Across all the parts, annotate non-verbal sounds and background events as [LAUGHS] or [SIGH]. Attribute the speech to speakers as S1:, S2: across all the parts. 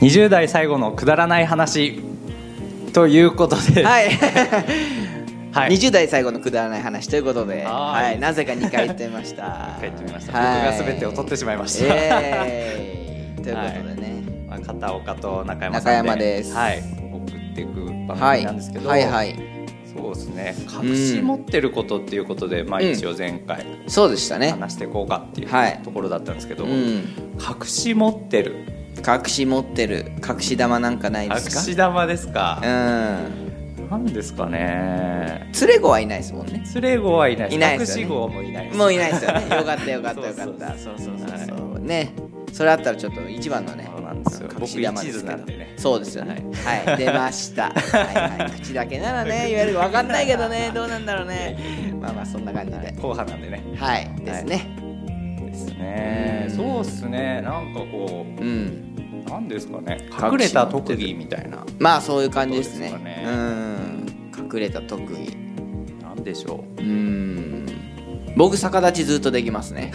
S1: 20代最後のくだらない話ということで、
S2: [LAUGHS] はい、
S1: はい
S2: 20代最後のくだらない話ということで、
S1: は
S2: はいい、なぜか2回言ってみました。
S1: 帰ってみました僕
S2: はい
S1: が全てを取ってしまいました、
S2: え
S1: [LAUGHS]
S2: ーということでね、
S1: まあ、片岡と中山さんで
S2: 中山です
S1: はい、送っていく番
S2: は
S1: 組
S2: い、
S1: なんですけど、
S2: はいはい、
S1: そうですね隠し持ってることっていうことで、まあ、一応前回
S2: そうでしたね。
S1: 話していこうかってい
S2: はいう
S1: ところだったんですけど、
S2: うん、
S1: 隠し持ってる
S2: 隠し持ってる隠し玉なんかないで
S1: 隠
S2: すか？
S1: し玉ですか
S2: うん、
S1: 何ですかね
S2: 連れ子はいないですもんね。
S1: 連れ子はいないし
S2: いないですよね
S1: 隠し子はもういないです
S2: もういないですよね。よかったよかったよかった。
S1: そうそうそうそうそう
S2: そうね、それあったらちょっと一番のね
S1: そうなんですよ、
S2: 隠し玉で
S1: 僕一
S2: す
S1: 途な
S2: けど
S1: んでね、
S2: そうですよね。はい、出ました。はいはい、口だけならね、いわゆるわかんないけどね、どうなんだろうね。まあまあそんな感じで、
S1: 後派なんでね
S2: はい、ですね。
S1: ですね
S2: うん
S1: そうっすねなんかこ
S2: うん、
S1: うなんですかね
S2: 持っ
S1: 隠
S2: てる
S1: れた特技みたいな
S2: まあそういう感じですね。
S1: そうですかね
S2: うん、隠れた特技。
S1: なんでしょう
S2: うん、僕逆立ちずっとできますね。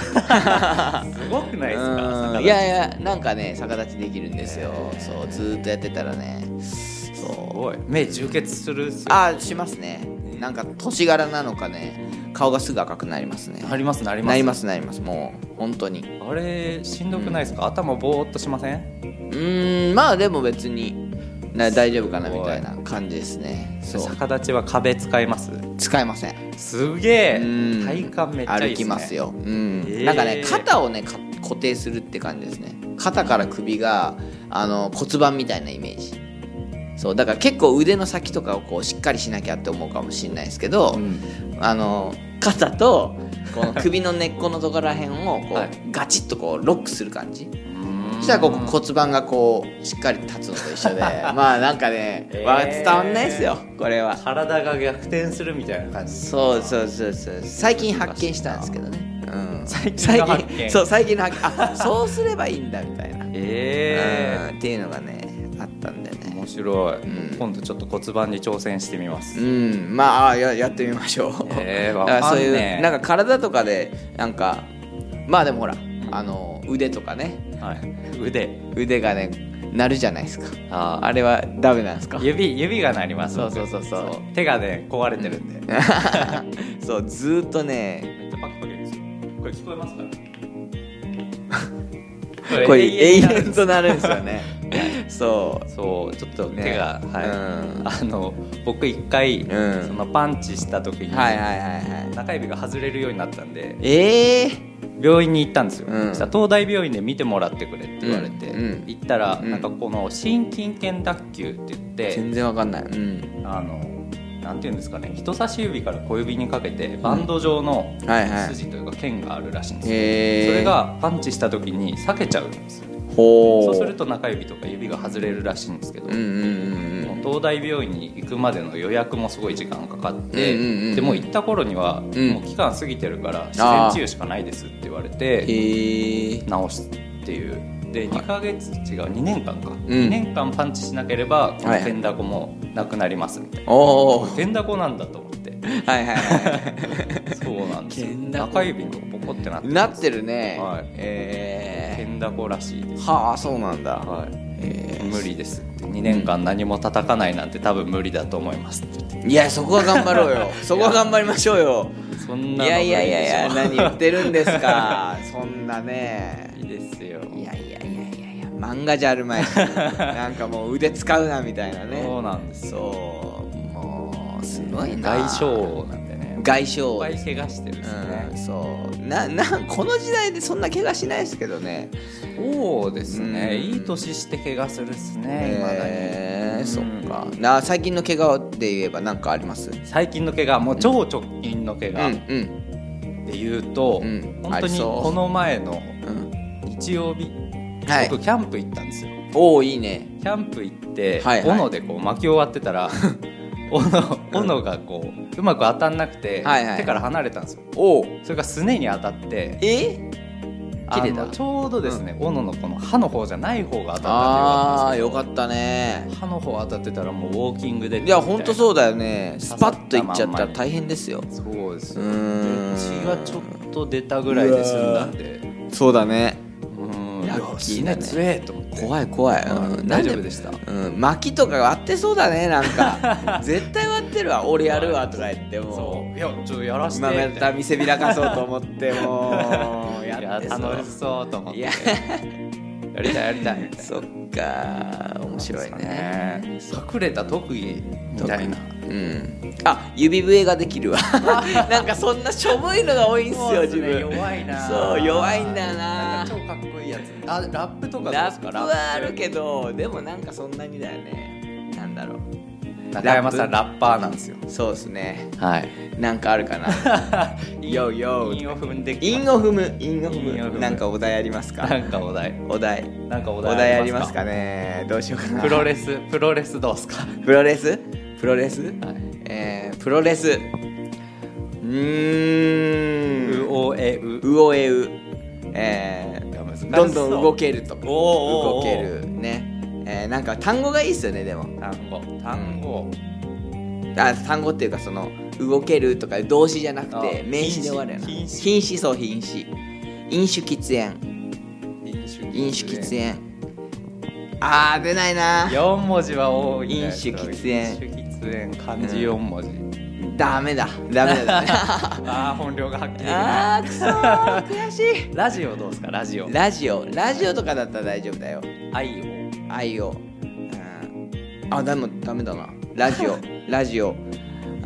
S1: すごくないですか
S2: うん
S1: 逆立ち
S2: いやいやなんかね逆立ちできるんですよ、
S1: へー
S2: そうずーっとやってたらね
S1: す
S2: そう
S1: ごい目充血するっすよ
S2: ああしますねなんか年柄なのかね顔がすぐ赤くなりますね
S1: なりますなります
S2: なりますなりますもう本当に
S1: あれしんどくないですか、頭ぼーっとしません
S2: うーんまあでも別にな大丈夫かなみたいな感じですねそう
S1: 逆立ちは壁使います
S2: 使えません
S1: すげえ
S2: うん
S1: 体幹めっちゃいいっす
S2: 歩
S1: ね
S2: きますようん、
S1: へー
S2: なんかね肩をねか固定するって感じですね肩から首があの骨盤みたいなイメージそうだから結構腕の先とかをこうしっかりしなきゃって思うかもしれないですけど、
S1: うん
S2: あの肩とこの首の根っこのところらへんをこう、
S1: はい
S2: ガチッとこうロックする感じそしたらこう骨盤がこうしっかり立つのと [LAUGHS] 一緒でまあなんかね、
S1: えー
S2: わ伝わんないですよこれは
S1: 体が逆転するみたいな感じ
S2: そうそうそうそう最近発見したんですけどね、うん、
S1: 最近の発見
S2: 最近そう最近の発見あそうすればいいんだみたいな、
S1: え
S2: うんっていうのがねあったんで
S1: え
S2: ね
S1: 面白い、
S2: うん
S1: 今度ちょっと骨盤に挑戦してみます、
S2: うんまあややってみましょう、
S1: ええわ
S2: [LAUGHS] だから
S1: か
S2: そうんい
S1: ね
S2: うなんか体とかでなんかまあでもほら、あの腕とかね
S1: はい、腕
S2: 腕がね鳴るじゃないですか
S1: あ
S2: あれはダメなんですか
S1: 指指が鳴ります
S2: そうそうそうそう
S1: 僕手がね壊れてるんで、
S2: [LAUGHS] そうずーっとね
S1: めっちゃパキパキですよこれ聞こえ [LAUGHS] ますか
S2: これ
S1: に
S2: 永
S1: なる
S2: 遠と鳴るんですよね
S1: [LAUGHS]
S2: そ
S1: そうちょっと
S2: う、ね
S1: 手が、はい、
S2: うん
S1: あの僕一回、
S2: うん
S1: そのパンチした時に、
S2: はいはいはいはい
S1: 中指が外れるようになったんで
S2: ええ
S1: 病院に行ったんですよ、
S2: うん
S1: そしたら東大病院で見てもらってくれって言われて、
S2: うんうん
S1: 行ったら、
S2: うん
S1: なんかこの心筋腱脱臼って言って
S2: 全然わかんない、うん、
S1: あのなんていうんですかね人差し指から小指にかけてバンド状の
S2: はいはい
S1: 筋というか腱があるらしいんですよ、
S2: へえ
S1: それがパンチした時に裂けちゃうんですよ
S2: ほう
S1: そうすると中指とか指が外れるらしいんですけど、
S2: うんうんうんうん
S1: 東大病院に行くまでの予約もすごい時間かかって、
S2: うんうんうん
S1: でもう行った頃には、
S2: うん
S1: もう期間過ぎてるから自然治癒しかないですって言われて
S2: へえ
S1: 治すっていうで2ヶ月違う2年間か、
S2: ん
S1: 2年間パンチしなければこの
S2: はい
S1: てんだこもなくなりますみたいな
S2: おおは
S1: てんだこなんだと思って
S2: いはいはい
S1: そうなんですよ
S2: てんだこ
S1: 中指のとこボコってなって
S2: なってるね、
S1: はいて
S2: え
S1: んだこらしいで
S2: ー、
S1: す、
S2: はあそうなんだ、
S1: はい
S2: え
S1: 無理ですって2年間何も叩かないなんて多分無理だと思いますって言って
S2: ーいやそこは頑張ろう [LAUGHS] よそこは頑張りましょうよ
S1: そん
S2: い
S1: なの
S2: や
S1: 無理でしょ
S2: いやいや
S1: [LAUGHS]
S2: いや何言ってるんです [LAUGHS] かそんなね
S1: いいですよ
S2: いやいやいやいやいや漫画じゃあるまい [LAUGHS] しなんかもう腕使うなみたいなね
S1: そうなんですよ
S2: そうもうすごいな
S1: 外傷王なんでね
S2: 外
S1: いっ
S2: 傷
S1: ぱい怪我してるんです
S2: う
S1: ね
S2: ん、、そうな [LAUGHS] なこの時代でそんな怪我しないですけどね
S1: そうですね、
S2: うん
S1: いい年して怪我するっすね、未だに
S2: えー、そ
S1: うん
S2: っかな最近の怪我で言えば何かあります
S1: 最近の怪我もう超直近の怪
S2: うん
S1: 我
S2: うん
S1: で言うと、
S2: うん
S1: 本
S2: あ
S1: 当
S2: り
S1: に
S2: そう
S1: この前の
S2: うん
S1: 日曜日、
S2: はい
S1: 僕キャンプ行ったんですよ
S2: おおいいね
S1: キャンプ行って、
S2: はいはい
S1: 斧でこう巻き終わってたら [LAUGHS] 斧斧がこううまく当たんなくて、
S2: はいはい
S1: 手から離れたんですよ
S2: おお
S1: それがすねに当たって
S2: え切れた
S1: あのちょうどですね、斧のこの刃の方じゃない方が当たったっていうのがあったんです
S2: あーよかったね
S1: けど刃の方当たってたらもうウォーキングで
S2: いやほんと
S1: う
S2: そうだよねスパッといっち
S1: 刺さ
S2: ゃった
S1: ったまんま
S2: ら
S1: に
S2: 大変ですよ
S1: そうです
S2: う
S1: よで
S2: ーん
S1: 血はちょっと出たぐらいで済んだんで
S2: そうだね
S1: うん
S2: ラッキーだね
S1: いやすね強えと思って
S2: 怖い怖い、
S1: う
S2: うんん、なん
S1: 大丈夫でした
S2: うん、薪とか割ってそうだねなん [LAUGHS] か絶対割ってるわ俺やるわとか言っても
S1: ういやちょっとやら
S2: う
S1: せて
S2: 今また見せびらかそうと思って [LAUGHS] もう
S1: い
S2: や
S1: や
S2: ってそう
S1: 楽しそうと思って
S2: いや
S1: やりたいやりたいみたいな
S2: そっか面白いね
S1: ですかね隠れた特技みたいな
S2: うんあ指笛ができ
S1: [LAUGHS]
S2: るわなんかそんなしょぼいのが多いんすよ自分
S1: 弱いな
S2: そう弱いんだよ
S1: な
S2: なん
S1: か超かっこいいやつあラップとかどうで
S2: ラ
S1: す
S2: ッ
S1: か
S2: プはあるけどでもなんかそんなにだよねなんだろう
S1: 中山さんラッパーなんですよ
S2: そうっすね
S1: はい
S2: なんかあるかな
S1: [LAUGHS]
S2: Yo, yo
S1: 韻を踏んでき
S2: 韻を踏む韻
S1: 韻
S2: を
S1: を
S2: 踏
S1: 踏む
S2: むなんかお題あります
S1: な
S2: か
S1: んかお題
S2: お題
S1: なんかお
S2: お
S1: 題
S2: 題ありますかねどうしようかな
S1: プロレスプロレスどうすか
S2: プロレスプロレス、
S1: い
S2: えープロレスうーん
S1: うおえう
S2: うおえうえ
S1: いや難しそ
S2: ー
S1: う
S2: どんどん動けると
S1: おーおーおー
S2: 動けるねえーなんか単語がいいっすよねでも
S1: 単語単語
S2: あ単語っていうかその動けるとか動詞じゃなく
S1: あ
S2: て名詞で終わるよな
S1: 品詞
S2: 品詞そう品詞飲酒喫煙
S1: 飲酒
S2: 飲酒喫煙あー出ないな
S1: 4文字は多いね
S2: 飲酒喫煙
S1: 飲酒喫煙漢字4文字、
S2: ダメだダメ
S1: [LAUGHS]
S2: だ、[LAUGHS] ね、
S1: ああ本領が発揮できな
S2: あーくそー悔し
S1: いラジオどうすかラジオ
S2: いラジオラジオとかだったら大丈夫だよ
S1: 愛を
S2: 愛を、うん、あでもダメだなラ
S1: [LAUGHS]
S2: ジオラジオ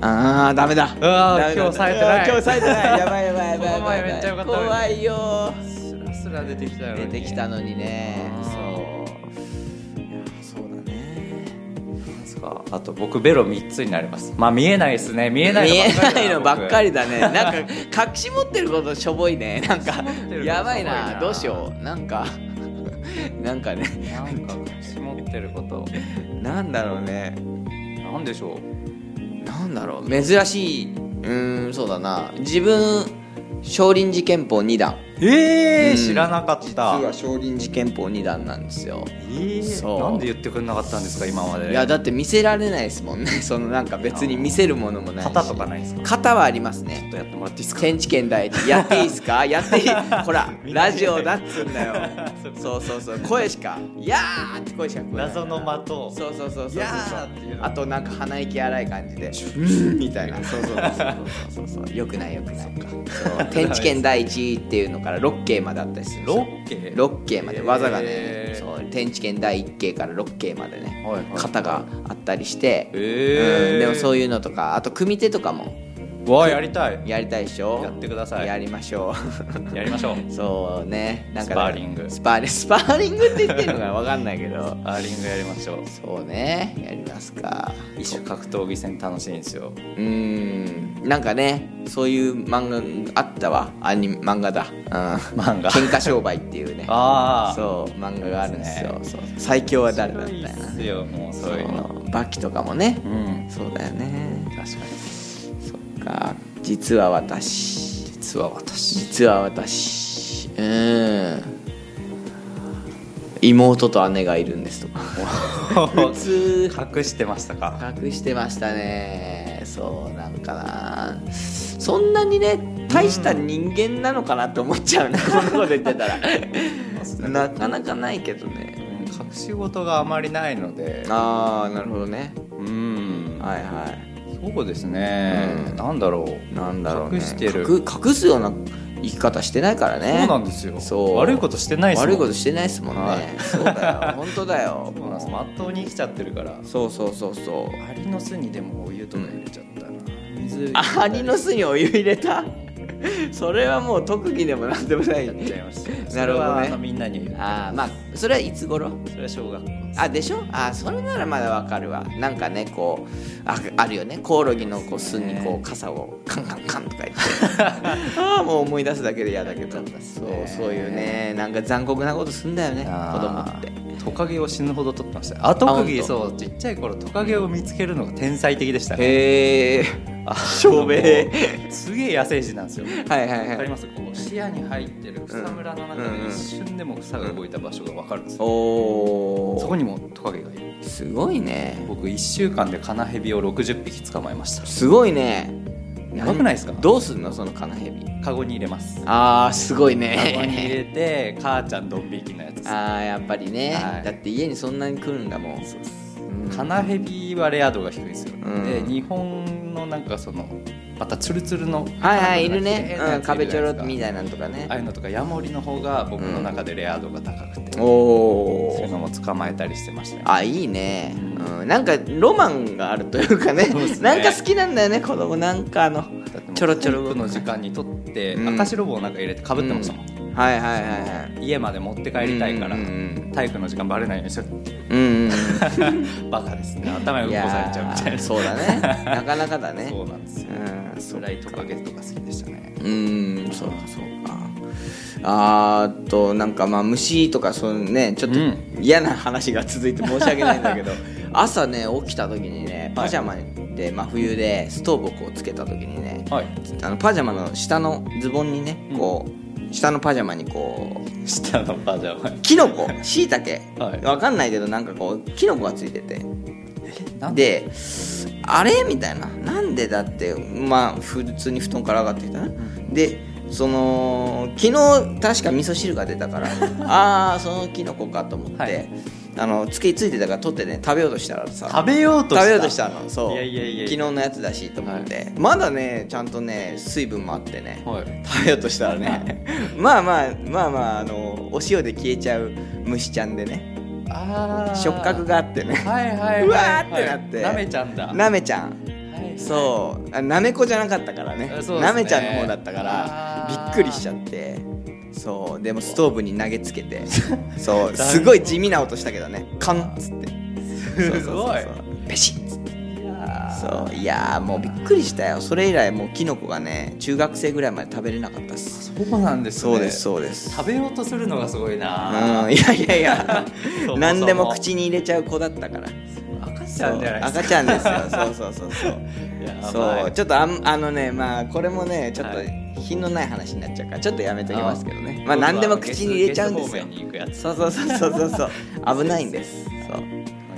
S2: あーダメだ
S1: うわー
S2: ダメだ
S1: 今日冴えてない
S2: あー今日冴えてないやばいやばいやばいや
S1: こ
S2: ばい
S1: の前めっちゃ良かったのに
S2: 怖いよー
S1: スラスラ出てきたよ
S2: 出てきた
S1: の
S2: のにね
S1: うん
S2: そういやそうだね
S1: にですかあと僕ベロ3つになりますまあ見えないですね見えない
S2: 見えないの
S1: のば
S2: ば
S1: っ
S2: っ
S1: か
S2: か
S1: り
S2: り
S1: だ
S2: だねなんか隠し持ってることしょぼ
S1: [LAUGHS]
S2: いねなん
S1: 隠し
S2: か
S1: 持ってることしょぼいな
S2: やばいなどうしようなんか [LAUGHS] なんかね
S1: ななんか隠し持ってること
S2: なんだろうね
S1: なんでしょう
S2: なんだろう珍しいうーんそうだな自分少林寺拳法2段
S1: え
S2: うん
S1: 知らなかっ
S2: 実
S1: た
S2: は少林寺拳法2段なんですよ
S1: えー
S2: そう
S1: なんで言ってくれなかったんですか今まで
S2: いやだって見せられないですもんね [LAUGHS] そのなんか別に見せるものもないし
S1: 肩とかないですかち
S2: 型はあります
S1: ょ
S2: ね
S1: っとやってもらっていい [LAUGHS] ですか
S2: 天地県大地やっていいで
S1: [LAUGHS]
S2: すかやっていいほら
S1: みんな
S2: ラジオだっつうんだよそうそうそう声しか「いやー!」って声しか聞こえない
S1: 謎の的
S2: そうそうそうそうそう
S1: いやーっていうの
S2: あとなんか鼻息荒い感じで「うーん」みたいなそうそうそうそうそうそうよくないよくないそう天地圏第一っていうのから6系まであったりするんですよ
S1: 6系
S2: 6系まで技が
S1: へ
S2: ね
S1: ー
S2: そう天地圏第1系から6系までね
S1: はいはい
S2: 型があったりして
S1: へー
S2: うんでもそういうのとかあと組手とかも
S1: わあやりたい
S2: やりたいでしょ
S1: やってください
S2: やりましょ
S1: やりましょう
S2: う [LAUGHS] そうねなんか
S1: スパーリング
S2: スパーリスパーリングって言ってるのか分かんないけど
S1: アーリングやりましょう
S2: そうねやりますか
S1: 一種格闘技戦楽しいんですよ
S2: うーんなんかねそういう漫画あったわアニメ漫画だ、うん、
S1: 漫画
S2: 喧嘩商売っていうね
S1: ああ
S2: そう漫画があるんですよ
S1: で
S2: そう最強は誰だ
S1: 面
S2: み
S1: 白い
S2: たい
S1: っ
S2: な
S1: すよもうそういうの
S2: バキとかもね
S1: うん
S2: そうだよね
S1: 確かに
S2: そっか実は私
S1: 実は [LAUGHS] 私
S2: 実は私うーん妹と姉がいるんですとか
S1: [LAUGHS]
S2: 普通
S1: 隠してましたか
S2: 隠してましたねそうなんかなそんなにね大した人間なのかなって思っちゃうね、こん [LAUGHS] なこと言ってたらなかなかないけどね
S1: 隠し事があまりないので
S2: ああなるほどね
S1: うん
S2: はいはい
S1: そうですね
S2: うん
S1: なんだろう
S2: なんだろうね
S1: 隠してる
S2: 隠隠すような生き方してないからね
S1: そうなんですよ
S2: そう
S1: 悪いことしてないっすもん
S2: 悪いことしてないですもんね、
S1: はい
S2: そう [LAUGHS] だよ本当だよ
S1: そうなんですまっとうに生きちゃってるから
S2: そうそうそうそう
S1: アリの巣にでもお湯とか入れちゃったら水
S2: アリの巣にお湯入れたそれはもう特技でもなんでもない
S1: ちゃいま [LAUGHS] した
S2: なるほどね
S1: それはあのみんなに言って
S2: ああまあそれはいつ頃
S1: それは小学校
S2: あでしょあーそれならまだわかるわなんかねこうああるよねコオロギのこう巣にこう傘をカンカンカンとか言って [LAUGHS] ああもう思い出すだけで嫌だけどそうそういうねなんか残酷なことすんだよね子供
S1: あー
S2: って
S1: トカゲを死ぬほど取ってましたよあ特技
S2: あ本
S1: そうちっちゃい頃トカゲを見つけるのが天才的でしたね
S2: へえ
S1: あ
S2: 照明
S1: すげえ野生児なんですよ
S2: はいはい
S1: わか
S2: は
S1: り
S2: い
S1: ますこう視野に入ってる草むらの中で一瞬でも草が動いた場所がわかるんですよ
S2: お
S1: そこ
S2: お
S1: にもトカゲがいる
S2: すごいね
S1: 僕1週間でカナヘビを60匹捕まえました
S2: すごいね
S1: やばくないですか
S2: どうすんのそのカナヘビ
S1: カゴに入れます
S2: あーすごい
S1: カゴに入
S2: ね
S1: れて母ちゃんドン引きのやつです
S2: [LAUGHS] あーやっぱりね、
S1: はい
S2: だって家にそんなに来るんだもん
S1: そうです
S2: うん
S1: カナヘビはレア度が低いんですよ、
S2: うん
S1: で日本のなんかそのまたツルツルの
S2: はいはいい
S1: 花
S2: る
S1: びらが綺
S2: ね
S1: 麗な、
S2: う
S1: や
S2: ん、
S1: つい
S2: 壁
S1: る
S2: ち
S1: じゃ
S2: ょ
S1: ない
S2: ろ
S1: です
S2: っと
S1: か
S2: みたいなのとかね
S1: ああいうのとかヤモリの方が僕の中でレア度が高くて、
S2: お
S1: そういう
S2: お
S1: のも捕まえたりしてましたね
S2: あいいね、うん、なんかロマンがあるというかね
S1: そうですね
S2: なんか好きなんだよね子供なんかあの
S1: だってもう
S2: ちょろちょろ
S1: 体育の時間に取って、
S2: うん
S1: 赤白棒なんか入れてかぶってましたもん、
S2: はいはいはいはい
S1: 家まで持って帰りたいから、
S2: うんうん
S1: 体育の時間バレないようにしとって
S2: うんうん
S1: [LAUGHS]
S2: うん
S1: バカですね頭
S2: う
S1: が
S2: ん
S1: 動
S2: い
S1: かさ
S2: や
S1: れちゃうみたい
S2: ー
S1: な
S2: そうだね
S1: [LAUGHS]
S2: なかなかだね
S1: そうなんですよ
S2: うんそう
S1: 辛いトカゲとか好きでしたね
S2: うーんそうかそうかあーっとなんかまあ虫とかそういうねちょっと
S1: うん
S2: 嫌な話が続いて申し訳ないん
S1: [LAUGHS]
S2: だけど朝ね起きた時にねパジャマで真冬でストーブをこうつけた時にね
S1: はい
S2: あのパジャマの下のズボンにねこう下のパジャマにこう
S1: 下のパジャマ
S2: キ
S1: [LAUGHS]
S2: ノコしいたけ
S1: はい
S2: わかんないけどなんかこうキノコがついてて
S1: なんで
S2: であれみたいななんでだってまあ普通に布団から上がってきたな、でその昨日確か味噌汁が出
S1: [LAUGHS]
S2: たからああそのキノコかと思って、
S1: はい
S2: あのつけついてたから取ってね食べようとしたらさ
S1: 食べようとした
S2: 食べようとしたのそう
S1: いやいやいや
S2: 昨日のやつだしと思って、まだねちゃんとね水分もあってね、
S1: はい
S2: 食べようとしたらね [LAUGHS] まあまあまあまああのお塩で消えちゃう虫ちゃんでね
S1: あー
S2: 触覚があってね
S1: はいはいはいはいう
S2: わーってなって
S1: なめちゃんだ
S2: なめちゃん
S1: はいはい
S2: そうあなめこじゃなかったからね
S1: あそうですね
S2: なめちゃんの方だったから
S1: あ
S2: び
S1: ー
S2: っくりしちゃってそうでもストーブに投げつ
S1: [LAUGHS]
S2: けてそ
S1: 残
S2: う
S1: 酷
S2: すごい地味な音したけどねカンッつってそう
S1: すごい
S2: そうそうそうペシッつって
S1: や
S2: そういやーもうびっくりしたよそれ以来もうキノコがね中学生ぐらいまで食べれなかったっす
S1: ーそうなんですね
S2: そうですそうです
S1: 食べようとするのがすごいな
S2: うんいやいやいや
S1: そも
S2: 何でも口に入れちゃう子だったから
S1: 赤ちゃ
S2: そ
S1: ん
S2: う
S1: じゃないですか
S2: 赤ちゃんですよそうそうそうそう
S1: やばい
S2: そうちょっとあんあのねまあこれもねちょっ
S1: は
S2: と品のない話になっちゃうからちょっとやめときますけどね
S1: あ
S2: まあ
S1: 僕は
S2: 何でも口に入れちゃうんです
S1: ゲスト
S2: よ
S1: 方面に行くやつ
S2: そうそうそうそうそ
S1: [LAUGHS]
S2: うそう危ないんですそう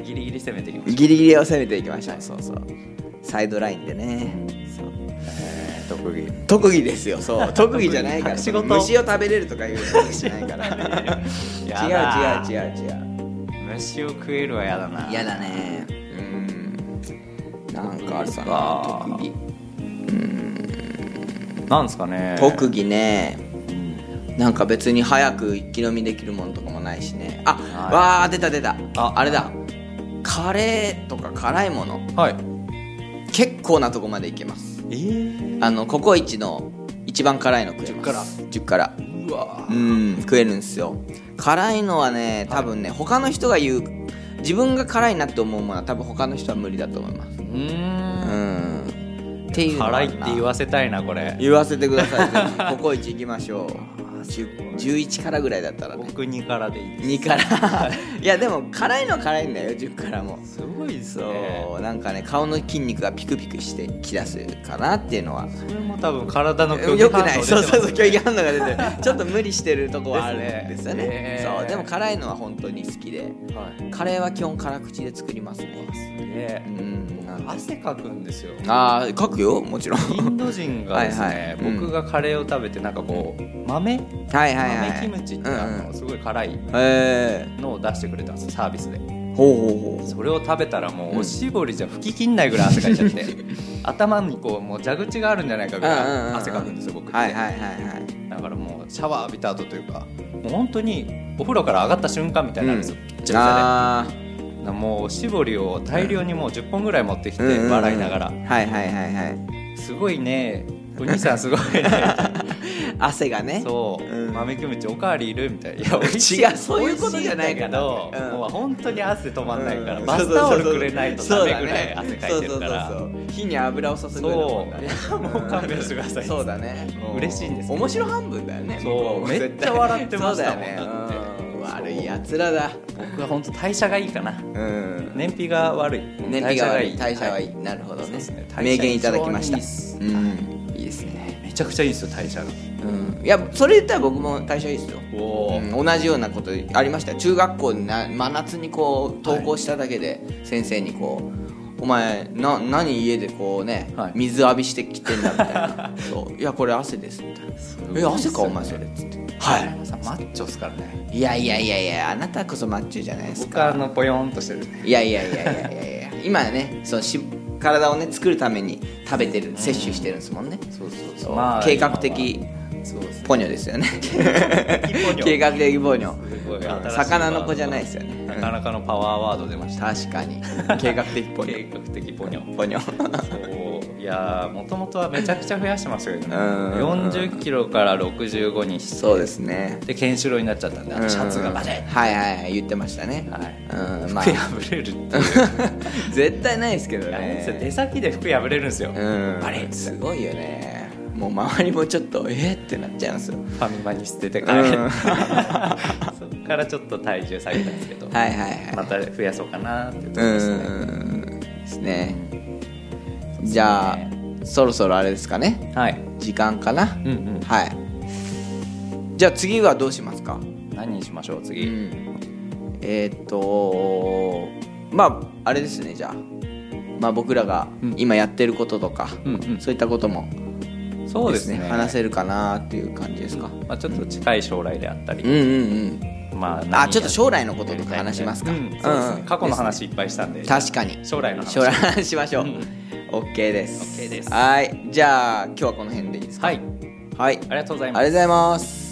S1: ギリギリ攻めていきましょ
S2: ギリギリを攻めていきましょうそうそうサイドラインでねそう特技特技ですよそ
S1: [LAUGHS]
S2: う特技じゃないから
S1: 隠し事
S2: 虫を食べれるとかいう特技じゃない
S1: [LAUGHS]
S2: から
S1: うやだ
S2: 違う違う違う違う
S1: 虫を食えるは嫌だな
S2: 嫌だねうんなんかあるか
S1: か
S2: な特技
S1: なんですかね
S2: 特技ね
S1: うん
S2: なんか別に早く一気飲みできるものとかもないしねあ、
S1: はい
S2: わあ出た出たあ
S1: あ
S2: あれだカレーとか辛いもの
S1: はい
S2: 結構なとこまでいけます
S1: えー、
S2: あのココイチの一番辛いの食えます10辛
S1: うわ
S2: うん食えるんですよ辛いのはね多分ね、他の人が言う自分が辛いなって思うものは多分他の人は無理だと思います
S1: う
S2: うんんっていうのはあ
S1: 辛いっ
S2: る
S1: て
S2: な
S1: 言わせたいなこれ
S2: 言わせてくだ [LAUGHS] さいぜひココイチ行きましょう10 11辛ぐらいだったらね
S1: 僕にからでいい
S2: 2から [LAUGHS] いやでも辛いのは辛いんだよ10からも
S1: すごいです
S2: そう、
S1: ね
S2: なんかね顔の筋肉がピクピクしてきだすかなっていうのは
S1: それも多分体の
S2: よくないそうそうそう
S1: 教
S2: 拒
S1: 育
S2: 否反応が出てる
S1: [LAUGHS]
S2: ちょっと無理してるとこはあるんですよね
S1: ですねへー
S2: そうでも辛いのは本当に好きで
S1: はい
S2: カレーは基本辛口で作りますね
S1: で
S2: うんなんで
S1: 汗かくんですよ
S2: ああ書くよもちろん
S1: インド人がですね
S2: はいはいうん
S1: 僕がカレーを食べてなんかこう豆、
S2: はいはいはい
S1: 豆キムチってあの、
S2: うんうん
S1: すごい辛い
S2: へえ
S1: のを出してくれたんですよサービスで
S2: ほうほうほう
S1: それを食べたらも
S2: うん
S1: うおしぼりじゃ吹ききんないぐらい汗かいちゃって
S2: [LAUGHS]
S1: 頭にこうもう蛇口があるんじゃないかぐ
S2: うんうんうんう
S1: ら
S2: ん
S1: い汗かくんですよ僕って
S2: はいはいはいはい
S1: だからもうシャワー浴びた後というかもう本当にお風呂から上がった瞬間みたいになるんですよ、びっちゃびちゃ
S2: あー
S1: でだからもうおしぼりを大量にもう10本ぐらい持ってきて
S2: うんうんうん
S1: 笑いながら
S2: はいはいはいはい
S1: すごいねお兄さんすごいね
S2: 汗がね
S1: そう、
S2: うん
S1: 豆キムチおかわりいるみ
S2: [LAUGHS]
S1: たいないや
S2: 違うそういうことじゃない
S1: け
S2: かな
S1: ど、
S2: うん
S1: もう本当に汗止まんないから、
S2: うん
S1: バスタオルくれないとダメぐらい
S2: そうだね
S1: 汗かいてるから
S2: そうそうそうそう火に油を注ぐようなもんだね
S1: そういやもう勘弁してください
S2: んそうだねもう
S1: 嬉しいんですけど
S2: 面白半分だよね
S1: そう
S2: 向こも
S1: めっちゃ
S2: 絶対
S1: 笑ってましたもん
S2: そうだよね
S1: だって
S2: うん
S1: そう
S2: 悪いやつらだ
S1: 僕は本当代謝がいいかな
S2: うん
S1: 燃費が悪い
S2: 燃費が悪い代
S1: 代
S2: 謝
S1: 謝
S2: は
S1: がいい
S2: いいなるほど
S1: そうで
S2: ね
S1: すね代謝
S2: 名言いただきま
S1: 非
S2: し
S1: 常
S2: たうんいいですね
S1: めちゃくちゃいいですよ代謝が
S2: うんいやそれ言ったら僕も代謝いいですよ
S1: おおー、
S2: うん同じようなことありましたよ中学校にな真夏にこう登校しただけで先生にこう、お前な何家でこうね、
S1: はい
S2: 水浴びしてきてんだみたいな
S1: [LAUGHS]
S2: そういやこれ汗ですみたいな「え汗かお前それ」っつって「は
S1: さマッチョっすからね
S2: い」いやいやいやいやあなたこそマッチョじゃないです
S1: 僕はあ
S2: か
S1: のぽよんとしてるね
S2: いやいやいやいやいやいや
S1: [LAUGHS]
S2: 今ねそのし体をね作るために食べてる摂取してるんですもんね、
S1: そうそう
S2: そう
S1: まあ
S2: 計画的
S1: そう [LAUGHS] ですね
S2: ポニョですよね [LAUGHS] 計
S1: 計
S2: 画的ポニョ
S1: すごい新しいワード
S2: 魚の子じゃないですよね
S1: なかなかのパワーワード出ました
S2: 確かに計画的ポニ
S1: 計
S2: ョ
S1: 画的ポニョ
S2: ポニョ
S1: そういやもともとはめちゃくちゃ増やしてますよね
S2: ん
S1: 40キロから65にして
S2: そうですね
S1: でケンシロウになっちゃったんであとシャツがバレ
S2: はいはいはい言ってましたね、
S1: はい
S2: うんまあ
S1: 服破れるっていう
S2: [LAUGHS] 絶対ないですけど
S1: いやそう
S2: ね
S1: 出先で服破れるんですよ、
S2: うん
S1: バレンス
S2: す
S1: フ
S2: ごいよねもう周りもちょっとえっってなっちゃいますよ
S1: ァミマに捨てて帰
S2: うん
S1: る、 [LAUGHS] そっからちょっと体重下げたんですけど、
S2: はいはいはい
S1: また増やそうかなっていうとこ
S2: う
S1: ろで
S2: んう
S1: すね、
S2: んうんですねじゃあそろそろあれですかね
S1: はい、
S2: 時間かな、
S1: うんうん、
S2: はいじゃあ次はどうしますか
S1: 何にしましょう
S2: う
S1: 次、
S2: んえーっとまああれですねじゃあまあ僕らが
S1: うん
S2: 今やってることとか、
S1: うんうん
S2: そういったことも
S1: そうですね
S2: 話せるかなっていう感じですか
S1: まあ、ちょっと近い将来であった
S2: うん
S1: り、
S2: うんうん
S1: まあ何や
S2: あちょっと将来のこととか話しますか、
S1: うんそうです
S2: うんう
S1: ね
S2: ん
S1: 過去の話いっぱいしたんで
S2: 確かに
S1: 将来の話
S2: 将来の話しましょう、
S1: うん
S2: OK です
S1: OK です
S2: はいじゃあ今日はこの辺でいいですか
S1: はいあり
S2: はいあり
S1: がとうござい
S2: が
S1: ます
S2: とうございます